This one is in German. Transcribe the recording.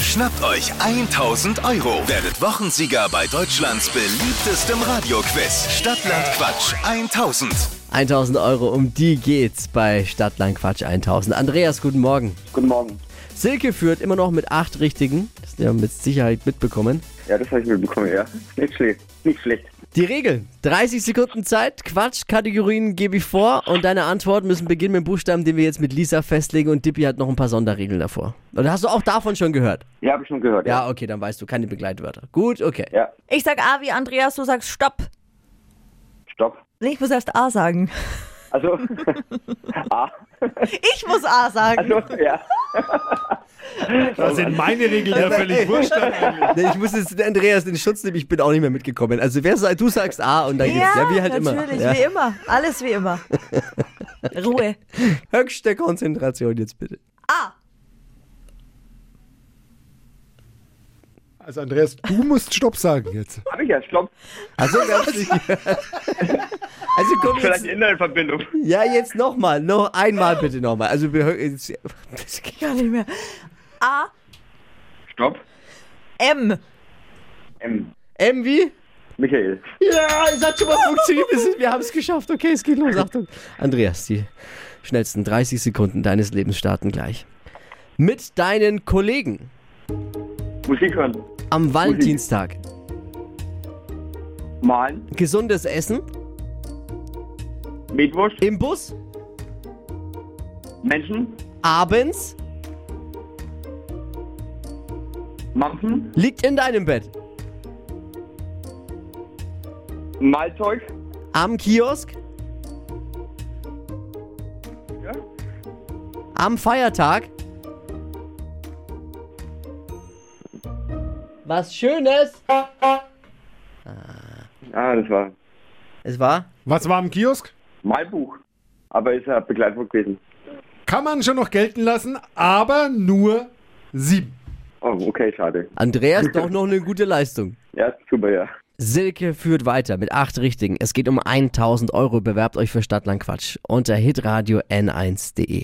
Schnappt euch 1000 Euro. Werdet Wochensieger bei Deutschlands beliebtestem Radioquiz. Stadtland Quatsch 1000. 1000 Euro, um die geht's bei Stadtland Quatsch 1000. Andreas, guten Morgen. Guten Morgen. Silke führt immer noch mit acht Richtigen. Das haben wir mit Sicherheit mitbekommen. Ja, das habe ich mitbekommen, ja. Nicht schlecht. Nicht schlecht. Die Regel: 30 Sekunden Zeit, Quatschkategorien gebe ich vor und deine Antworten müssen beginnen mit dem Buchstaben, den wir jetzt mit Lisa festlegen und Dippi hat noch ein paar Sonderregeln davor. Oder hast du auch davon schon gehört? Ja, habe ich schon gehört. Ja, okay, dann weißt du keine Begleitwörter. Gut, okay. Ja. Ich sag A wie Andreas, du sagst Stopp. Stopp. Nee, ich muss erst A sagen. Also. ah. Ich muss A sagen. Also, ja. Da sind meine Regeln ja völlig wurscht. Nee, ich muss jetzt den Andreas in Schutz nehmen, ich bin auch nicht mehr mitgekommen. Also wer sagt, du sagst A und dann geht's. Ja, wie halt natürlich, immer. wie immer. Alles wie immer. Ruhe. Ja. Höchste Konzentration jetzt bitte. A. Also Andreas, du musst Stopp sagen jetzt. Habe ich ja. Stopp. Also wir haben's nicht gehört. Also komm Vielleicht jetzt, eine Internetverbindung. ja jetzt nochmal, noch einmal bitte nochmal. Also wir hö- jetzt- das geht Gar nicht mehr. A. Stopp. M. M. M wie? Michael. Ja, es hat schon mal funktioniert. Wir sind- Wir haben es geschafft. Okay, es geht los. Achtung. Andreas, die schnellsten 30 Sekunden deines Lebens starten gleich. Mit deinen Kollegen Musik hören. am Valentinstag. Malen. Gesundes Essen Metwurst. im Bus, Menschen. abends, Mampfen. liegt in deinem Bett, Malzeug. am Kiosk, Ja. am Feiertag. Was Schönes. Ah, das war Es war Was war am Kiosk? Malbuch. Aber ist ja Begleitwort gewesen. Kann man schon noch gelten lassen, aber nur sieben. Oh, okay, schade. Andreas doch noch eine gute Leistung. Ja, super, ja. Silke führt weiter mit acht Richtigen. Es geht um 1000 Euro. Bewerbt euch für Stadtlandquatsch unter hitradio n1.de.